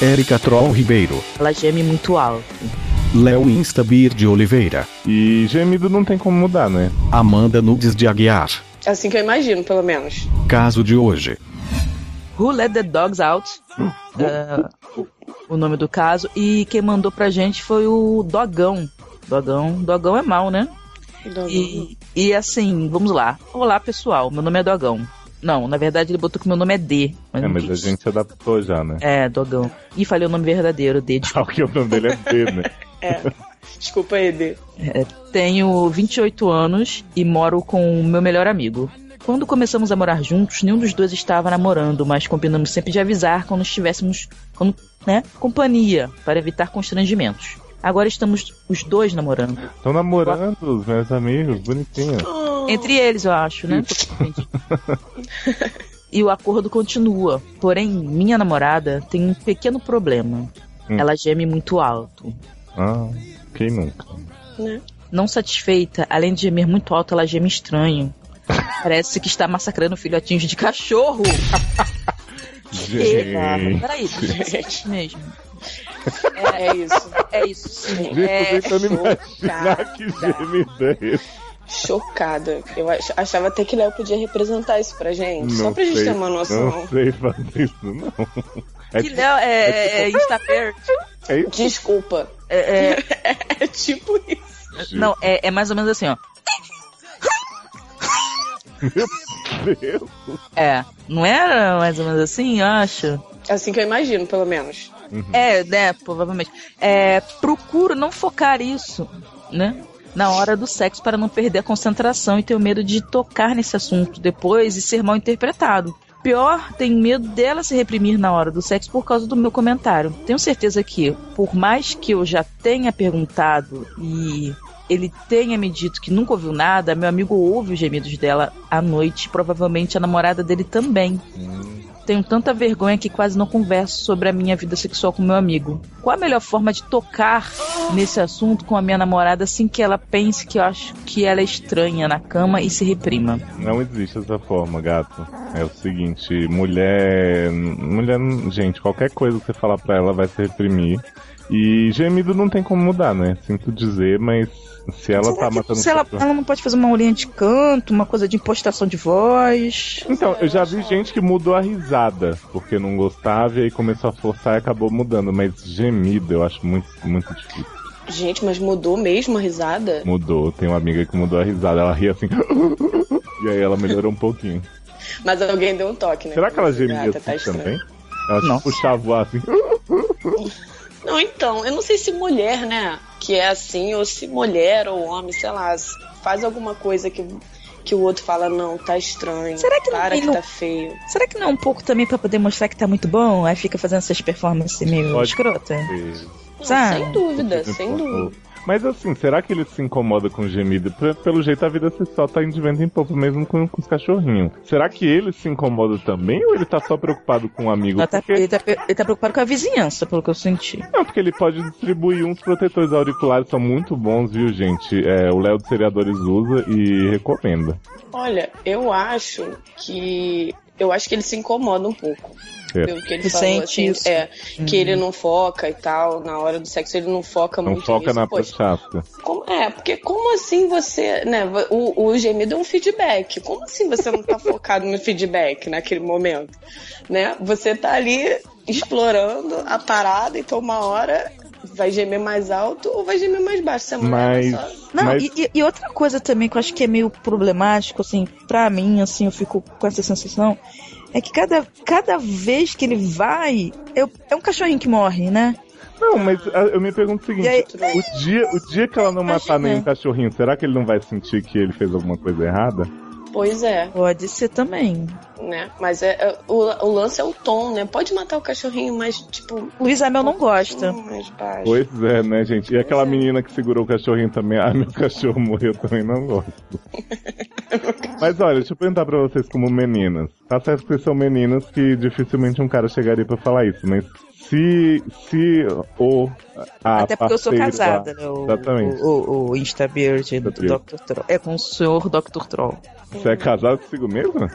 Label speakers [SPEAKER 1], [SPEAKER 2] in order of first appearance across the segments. [SPEAKER 1] Érica Troll Ribeiro,
[SPEAKER 2] Ela geme muito alto.
[SPEAKER 1] Léo Instabir de Oliveira,
[SPEAKER 3] E gemido não tem como mudar, né?
[SPEAKER 1] Amanda Nudes de Aguiar.
[SPEAKER 4] É assim que eu imagino, pelo menos.
[SPEAKER 1] Caso de hoje.
[SPEAKER 2] Who Let the Dogs Out?
[SPEAKER 3] Hum,
[SPEAKER 2] Ah, o nome do caso. E quem mandou pra gente foi o Dogão. Dogão, Dogão é mal, né?
[SPEAKER 4] Do-
[SPEAKER 2] E, e assim, vamos lá. Olá, pessoal. Meu nome é Dogão. Não, na verdade ele botou que meu nome é D. Mas
[SPEAKER 3] É,
[SPEAKER 2] não
[SPEAKER 3] mas a
[SPEAKER 2] quis.
[SPEAKER 3] gente se adaptou já, né?
[SPEAKER 2] É, Dogão. E falei o nome verdadeiro, D. desculpa.
[SPEAKER 3] Porque o nome dele é D, né?
[SPEAKER 4] Desculpa, Ed.
[SPEAKER 2] Tenho 28 anos e moro com o meu melhor amigo. Quando começamos a morar juntos, nenhum dos dois estava namorando, mas combinamos sempre de avisar quando estivéssemos com, né, companhia, para evitar constrangimentos. Agora estamos os dois namorando.
[SPEAKER 3] Estão namorando os meus amigos, bonitinho.
[SPEAKER 2] Entre eles, eu acho, né? Tô confundindo. e o acordo continua. Porém, minha namorada tem um pequeno problema.
[SPEAKER 3] Hum.
[SPEAKER 2] Ela geme muito alto.
[SPEAKER 3] Ah, quem nunca?
[SPEAKER 4] Né?
[SPEAKER 2] Não satisfeita, além de gemer muito alto, ela geme estranho. Parece que está massacrando filhotinhos de cachorro.
[SPEAKER 3] Gente.
[SPEAKER 2] Peraí, é isso mesmo.
[SPEAKER 4] É isso.
[SPEAKER 2] É isso sim.
[SPEAKER 3] Gente,
[SPEAKER 2] É,
[SPEAKER 3] eu tô tentando tá imaginar
[SPEAKER 4] chocada.
[SPEAKER 3] que gemido é esse.
[SPEAKER 4] Chocada. Eu ach- achava até que Léo podia representar isso pra gente.
[SPEAKER 3] Não
[SPEAKER 4] só pra gente
[SPEAKER 3] sei,
[SPEAKER 4] ter uma noção.
[SPEAKER 3] Não sei fazer isso, não. É, tipo-
[SPEAKER 2] que Léo é, é Instaper.
[SPEAKER 3] é isso,
[SPEAKER 4] Desculpa.
[SPEAKER 2] É, é-
[SPEAKER 4] É tipo isso.
[SPEAKER 2] não, é, é mais ou menos assim, ó.
[SPEAKER 3] meu Deus.
[SPEAKER 2] É, não era mais ou menos assim, eu acho.
[SPEAKER 4] É assim que eu imagino, pelo menos.
[SPEAKER 2] É, né, provavelmente. É, procuro não focar isso, né? Na hora do sexo para não perder a concentração e tenho medo de tocar nesse assunto depois e ser mal interpretado. Pior, tenho medo dela se reprimir na hora do sexo por causa do meu comentário. Tenho certeza que, por mais que eu já tenha perguntado e ele tenha me dito que nunca ouviu nada, meu amigo ouve os gemidos dela à noite, provavelmente a namorada dele também. Tenho tanta vergonha que quase não converso sobre a minha vida sexual com meu amigo. Qual a melhor forma de tocar nesse assunto com a minha namorada sem que ela pense que eu acho que ela é estranha na cama e se reprima?
[SPEAKER 3] Não existe essa forma, gato. É o seguinte, mulher. Mulher. Gente, qualquer coisa que você falar pra ela vai se reprimir. E gemido não tem como mudar, né? Sinto dizer, mas se ela tá matando.
[SPEAKER 2] se ela,
[SPEAKER 3] pessoa-
[SPEAKER 2] ela não pode fazer uma aulinha de canto, uma coisa de impostação de voz.
[SPEAKER 3] Então, eu já vi gente que mudou a risada porque não gostava e aí começou a forçar e acabou mudando. Mas gemido eu acho muito, muito difícil.
[SPEAKER 4] Gente, mas mudou mesmo a risada?
[SPEAKER 3] Mudou. Tem uma amiga que mudou a risada. Ela ria assim. e aí ela melhorou um pouquinho.
[SPEAKER 4] Mas alguém deu um toque, né?
[SPEAKER 3] Será que ela gemia
[SPEAKER 4] Gata, tá
[SPEAKER 3] assim
[SPEAKER 4] estranho.
[SPEAKER 3] também? Ela
[SPEAKER 2] Nossa.
[SPEAKER 3] tipo, puxava o ar assim.
[SPEAKER 4] Não, então, eu não sei se mulher, né, que é assim, ou se mulher ou homem, sei lá, se faz alguma coisa que, que o outro fala, não, tá estranho.
[SPEAKER 2] Será que não
[SPEAKER 4] Para
[SPEAKER 2] tem
[SPEAKER 4] que
[SPEAKER 2] no-
[SPEAKER 4] tá feio.
[SPEAKER 2] Será que não é um pouco também pra poder mostrar que tá muito bom? Aí fica fazendo essas performances meio
[SPEAKER 3] Pode.
[SPEAKER 2] escrota?
[SPEAKER 4] Não,
[SPEAKER 2] Sabe?
[SPEAKER 4] sem dúvida, sem dúvida.
[SPEAKER 3] Mas assim, será que ele se incomoda com o gemido? Pe- Pelo jeito a vida sexual tá indo de vento em pouco, mesmo com, com os cachorrinhos. Será que ele se incomoda também ou ele tá só preocupado com o amigo?
[SPEAKER 2] Ela tá-
[SPEAKER 3] Porque-
[SPEAKER 2] ele, tá, ele tá preocupado com a vizinhança, pelo que eu senti.
[SPEAKER 3] Não, porque ele pode distribuir uns protetores auriculares, são muito bons, viu, gente? É, o Léo dos Seriadores usa e recomenda.
[SPEAKER 4] Olha, eu acho que. Eu acho que ele se incomoda um pouco.
[SPEAKER 3] É.
[SPEAKER 4] Pelo que ele
[SPEAKER 2] Tu
[SPEAKER 4] falou,
[SPEAKER 2] sente
[SPEAKER 4] assim,
[SPEAKER 2] isso? Uhum.
[SPEAKER 4] é, que ele não foca e tal, na hora do sexo ele não foca
[SPEAKER 3] Não
[SPEAKER 4] muito
[SPEAKER 3] Então, foca
[SPEAKER 4] nisso.
[SPEAKER 3] na
[SPEAKER 4] Poxa,
[SPEAKER 3] chasta.
[SPEAKER 4] Como- é, porque como assim você, né, o, o gemido é um feedback, como assim você não tá focado no feedback naquele momento, né? Você tá ali explorando a parada, então uma hora vai gemer mais alto ou vai gemer mais baixo, você é mulher,
[SPEAKER 3] Mas.
[SPEAKER 4] tá só-
[SPEAKER 2] Não,
[SPEAKER 3] mas...
[SPEAKER 2] e- e, e outra coisa também que eu acho que é meio problemático, assim, pra mim, assim, eu fico com essa sensação, é que cada, cada vez que ele vai, eu- é um cachorrinho que morre, né?
[SPEAKER 3] Não, mas ah, eu me pergunto o seguinte:
[SPEAKER 2] E aí-
[SPEAKER 3] o, dia, o dia que ela não matar
[SPEAKER 2] Imagina.
[SPEAKER 3] nenhum cachorrinho, será que ele não vai sentir que ele fez alguma coisa errada?
[SPEAKER 4] Pois é,
[SPEAKER 2] Pode ser também.
[SPEAKER 4] né? Mas é, é, o, o lance é o tom, né? Pode matar o cachorrinho, mas tipo,
[SPEAKER 2] Luiz Amel não gosta.
[SPEAKER 4] hum, mais baixo.
[SPEAKER 3] Pois é, né, gente? E aquela menina que segurou o cachorrinho também. Ah, meu cachorro morreu também, não gosto. Mas olha, deixa eu perguntar pra vocês como meninas. Tá certo que vocês são meninas que dificilmente um cara chegaria pra falar isso, mas se. se ou. a
[SPEAKER 2] Até porque eu sou
[SPEAKER 3] parceira-
[SPEAKER 2] casada, né? O,
[SPEAKER 3] Ah, Exatamente.
[SPEAKER 2] o, o, o Insta Beard do É
[SPEAKER 3] Beard.
[SPEAKER 2] Dr. Troll. É com o senhor Dr. Troll.
[SPEAKER 3] Você é casado consigo mesmo?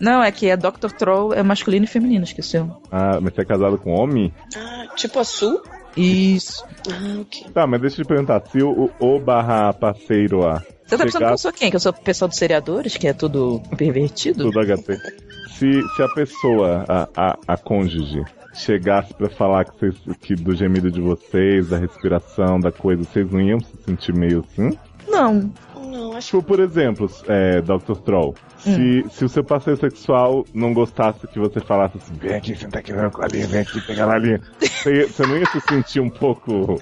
[SPEAKER 2] Não, é que é Dr. Troll é masculino e feminino, esqueceu.
[SPEAKER 3] Ah, mas você é casado com homem?
[SPEAKER 4] Ah, tipo a Sul?
[SPEAKER 2] Isso.
[SPEAKER 4] Ah, ok.
[SPEAKER 3] Tá, mas deixa eu te perguntar. Se o, o barra parceiro A
[SPEAKER 2] Você tá pensando que eu
[SPEAKER 3] chegasse-
[SPEAKER 2] sou quem? Que eu sou o pessoal dos seriadores, que é tudo pervertido?
[SPEAKER 3] Tudo HT. Se, se a pessoa, a, a, a cônjuge, chegasse pra falar que, vocês, que do gemido de vocês, da respiração, da coisa, vocês não iam se sentir meio assim?
[SPEAKER 2] Não.
[SPEAKER 4] Não, acho
[SPEAKER 3] Tipo, por exemplo, é, Dr. Troll, se,
[SPEAKER 2] Hum.
[SPEAKER 3] se o seu parceiro sexual não gostasse que você falasse assim, vem aqui, senta aqui na colinha, vem aqui, pega na linha, você, ia- você não ia se sentir um pouco...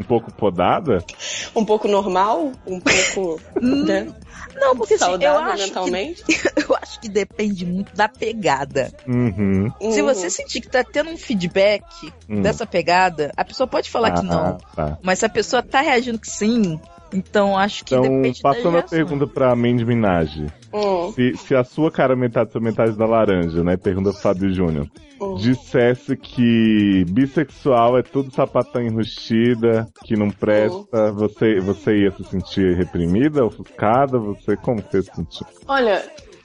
[SPEAKER 3] Um pouco podada?
[SPEAKER 4] que um pouco normal, um pouco né,
[SPEAKER 2] Não, porque assim, eu
[SPEAKER 4] saudável
[SPEAKER 2] acho, que,
[SPEAKER 4] mentalmente.
[SPEAKER 2] eu acho que depende muito da pegada.
[SPEAKER 3] Uhum.
[SPEAKER 2] Se
[SPEAKER 4] Uhum.
[SPEAKER 2] você sentir que tá tendo um feedback
[SPEAKER 3] Hum.
[SPEAKER 2] dessa pegada, a pessoa pode falar que não.
[SPEAKER 3] Ah, tá.
[SPEAKER 2] Mas se a pessoa tá reagindo que sim, então acho que
[SPEAKER 3] Então,
[SPEAKER 2] depende né?
[SPEAKER 3] passando a
[SPEAKER 2] das reações.
[SPEAKER 3] pergunta pra Mandy Minaj.
[SPEAKER 4] Hum,
[SPEAKER 3] Se, se a sua cara é metade sua metade da laranja, né? Pergunta pro Fábio Júnior.
[SPEAKER 4] hum.
[SPEAKER 3] Dissesse que bissexual é tudo sapatão enrustida, que não presta,
[SPEAKER 4] Uhum.
[SPEAKER 3] você, você ia se sentir reprimida, ofuscada? Você, como que você se sentiu?
[SPEAKER 4] Olha,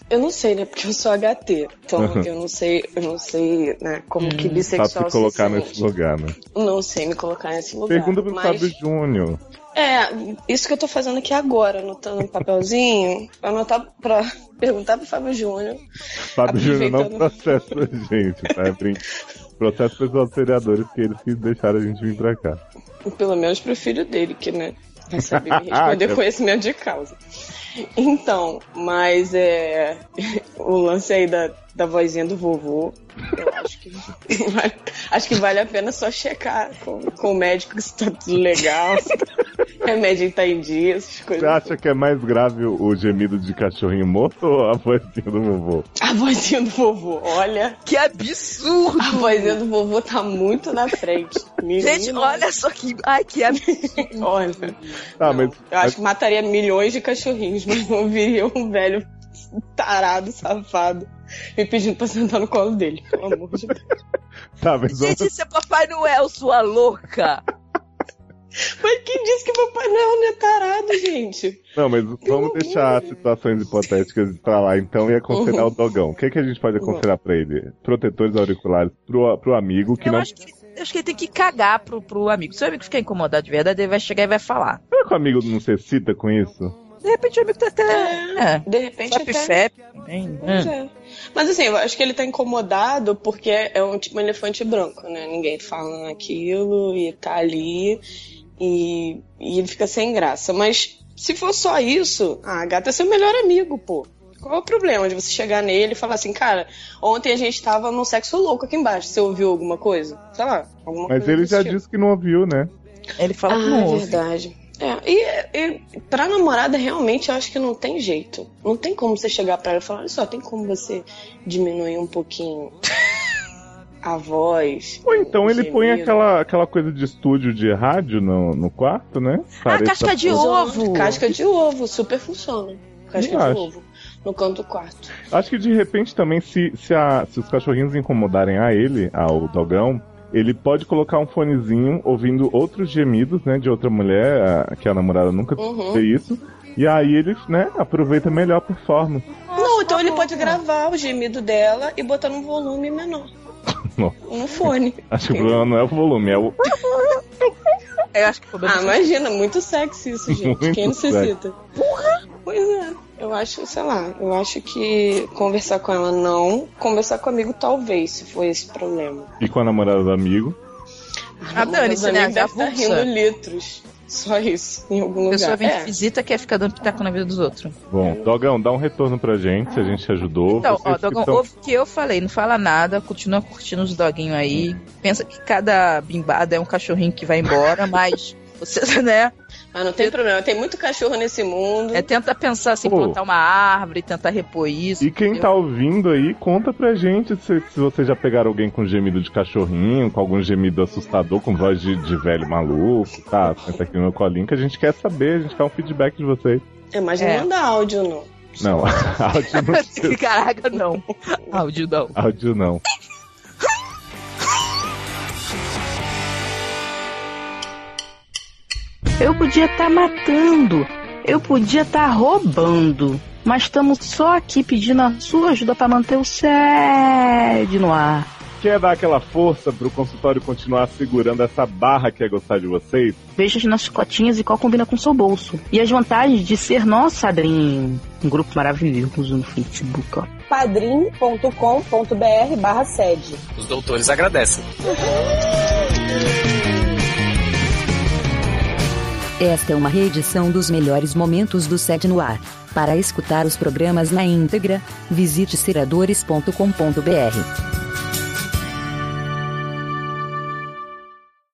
[SPEAKER 4] eu não sei, né? Porque eu sou HT. Então
[SPEAKER 3] Uhum.
[SPEAKER 4] eu não sei, eu não sei, né, como que
[SPEAKER 3] Pra
[SPEAKER 4] bissexual
[SPEAKER 3] Tá se colocar
[SPEAKER 4] sente.
[SPEAKER 3] nesse lugar, né?
[SPEAKER 4] Não sei me colocar nesse lugar.
[SPEAKER 3] Pergunta pro
[SPEAKER 4] mas-
[SPEAKER 3] Fábio Júnior.
[SPEAKER 4] É, isso que eu tô fazendo aqui agora, anotando um papelzinho, pra anotar pra perguntar pro Fábio Júnior.
[SPEAKER 3] Fábio Júnior não
[SPEAKER 4] Aproveitando.
[SPEAKER 3] processa a gente, tá? É brin- Processa o pessoal dos seriadores que eles que deixaram a gente vir pra cá.
[SPEAKER 4] Pelo menos pro filho dele, que, né? Vai saber me responder conhecimento de causa. Então, mas é. O lance aí da, da vozinha do vovô, eu acho que. acho que vale a pena só checar com, com o médico se tá tudo legal, se o remédio tá em dia, essas coisas.
[SPEAKER 3] Você acha que é mais grave o o gemido de cachorrinho morto ou a vozinha do vovô?
[SPEAKER 4] A vozinha do vovô, olha.
[SPEAKER 2] Que absurdo!
[SPEAKER 4] A vozinha do vovô tá muito na frente.
[SPEAKER 2] Gente,
[SPEAKER 4] Menino,
[SPEAKER 2] olha só que. Ai, que absurdo.
[SPEAKER 4] Olha.
[SPEAKER 3] Tá,
[SPEAKER 4] Não,
[SPEAKER 3] mas
[SPEAKER 4] Eu acho que mataria milhões de cachorrinhos, mas não viria um velho tarado, safado, me pedindo pra sentar no colo dele, pelo amor de Deus.
[SPEAKER 3] Tá, mas
[SPEAKER 2] Gente,
[SPEAKER 3] vamos...
[SPEAKER 2] isso é Papai Noel, sua louca!
[SPEAKER 4] Mas quem disse que Papai Noel não é tarado, gente?
[SPEAKER 3] Não, mas vamos deixar
[SPEAKER 2] né?
[SPEAKER 3] situações hipotéticas pra lá, então, e aconselhar
[SPEAKER 2] Uhum.
[SPEAKER 3] o dogão. O que, que a gente pode aconselhar pra ele? Protetores auriculares pro, pro amigo que
[SPEAKER 2] eu,
[SPEAKER 3] não.
[SPEAKER 2] acho que, eu acho que ele tem que cagar pro, pro amigo. Se o amigo ficar incomodado de verdade, ele vai chegar e vai falar.
[SPEAKER 3] Será que o amigo não se excita com isso?
[SPEAKER 2] De repente o amigo tá até. É.
[SPEAKER 4] De repente
[SPEAKER 2] Fap
[SPEAKER 4] até...
[SPEAKER 2] Fap também.
[SPEAKER 4] Pois
[SPEAKER 2] né?
[SPEAKER 4] é. Mas assim, eu acho que ele tá incomodado porque é um tipo um elefante branco, né? Ninguém fala aquilo e tá ali e, e ele fica sem graça. Mas se for só isso, ah, a gata é seu melhor amigo, pô. Qual é o problema de você chegar nele e falar assim, cara, ontem a gente tava num sexo louco aqui embaixo, você ouviu alguma coisa? Sei lá, alguma
[SPEAKER 3] Mas
[SPEAKER 4] coisa
[SPEAKER 3] ele
[SPEAKER 4] desse
[SPEAKER 3] já
[SPEAKER 4] tipo.
[SPEAKER 3] disse que não ouviu, né?
[SPEAKER 2] Ele fala que
[SPEAKER 4] Ah,
[SPEAKER 2] não
[SPEAKER 4] é
[SPEAKER 2] ouve.
[SPEAKER 4] verdade. É, e, e pra namorada, realmente, eu acho que não tem jeito. Não tem como você chegar pra ela e falar, olha só, tem como você diminuir um pouquinho a voz.
[SPEAKER 3] Ou então
[SPEAKER 4] o
[SPEAKER 3] ele põe
[SPEAKER 4] gemido.
[SPEAKER 3] aquela, aquela coisa de estúdio de rádio no, no quarto, né?
[SPEAKER 2] Ah, casca de
[SPEAKER 4] Usa uma
[SPEAKER 2] ovo!
[SPEAKER 4] Casca de ovo, super funciona. Casca
[SPEAKER 3] Eu
[SPEAKER 4] de
[SPEAKER 3] acho.
[SPEAKER 4] ovo. No canto do quarto.
[SPEAKER 3] Acho que de repente também, se, se, a- se os cachorrinhos incomodarem a ele, ao dogão, ele pode colocar um fonezinho ouvindo outros gemidos, né, de outra mulher, a- que a namorada nunca
[SPEAKER 4] Uhum.
[SPEAKER 3] vê isso. E aí ele, né, aproveita melhor a performance.
[SPEAKER 4] Não, então ele
[SPEAKER 2] Ah, tá.
[SPEAKER 4] pode gravar o gemido dela e botar num volume menor.
[SPEAKER 3] Nossa.
[SPEAKER 4] No fone.
[SPEAKER 3] Acho que o problema não é o volume, é o.
[SPEAKER 2] Eu é, acho que o problema
[SPEAKER 4] Ah, imagina, muito sexy isso, gente.
[SPEAKER 3] Muito
[SPEAKER 4] Quem
[SPEAKER 3] sexy.
[SPEAKER 4] necessita? Porra! Pois é. Eu acho, sei lá, eu acho que conversar com ela não, conversar com o amigo talvez, se for esse o problema.
[SPEAKER 3] E com a namorada do amigo.
[SPEAKER 2] Ah, dane-se, né?
[SPEAKER 4] Amigo deve
[SPEAKER 2] Avulsa.
[SPEAKER 4] estar rindo litros. Só isso, em algum
[SPEAKER 2] A pessoa
[SPEAKER 4] lugar.
[SPEAKER 2] vem de
[SPEAKER 4] É.
[SPEAKER 2] visita quer ficar dando pitaco na vida dos outros.
[SPEAKER 3] Bom, Dogão, dá um retorno pra gente, a gente te ajudou.
[SPEAKER 2] Então,
[SPEAKER 3] Vocês
[SPEAKER 2] ó,
[SPEAKER 3] que
[SPEAKER 2] Dogão,
[SPEAKER 3] são-
[SPEAKER 2] ouve o que eu falei, não fala nada, continua curtindo os doguinhos aí. Pensa que cada bimbada é um cachorrinho que vai embora, mas você, né?
[SPEAKER 4] Mas Ah, não tem problema, tem muito cachorro nesse mundo.
[SPEAKER 2] É tentar pensar assim,
[SPEAKER 3] Pô.
[SPEAKER 2] plantar uma árvore, tentar repor isso.
[SPEAKER 3] E quem
[SPEAKER 2] entendeu?
[SPEAKER 3] tá ouvindo aí, conta pra gente se, se você já pegaram alguém com gemido de cachorrinho, com algum gemido assustador, com voz de, de velho maluco, tá? Senta aqui no meu colinho que a gente quer saber, a gente quer um feedback de vocês.
[SPEAKER 4] É, mas
[SPEAKER 2] É.
[SPEAKER 4] não manda áudio, não.
[SPEAKER 3] Não, áudio não. precisa,
[SPEAKER 2] Caraca, não. Áudio não.
[SPEAKER 3] Áudio não.
[SPEAKER 5] tá Eu podia estar matando. Eu podia estar tá roubando. mas estamos só aqui pedindo a sua ajuda para manter o SED no ar.
[SPEAKER 3] Quer dar aquela força pro consultório continuar segurando essa barra que é gostar de vocês?
[SPEAKER 5] Veja as nossas cotinhas e qual combina com o seu bolso. E as vantagens de ser nosso padrinho. Um grupo maravilhoso no Facebook, ó.
[SPEAKER 6] padrim.com.br barra sede.
[SPEAKER 7] Os doutores agradecem.
[SPEAKER 8] Esta é uma reedição dos melhores momentos do Sete no ar. Para escutar os programas na íntegra, visite seradores.com.br.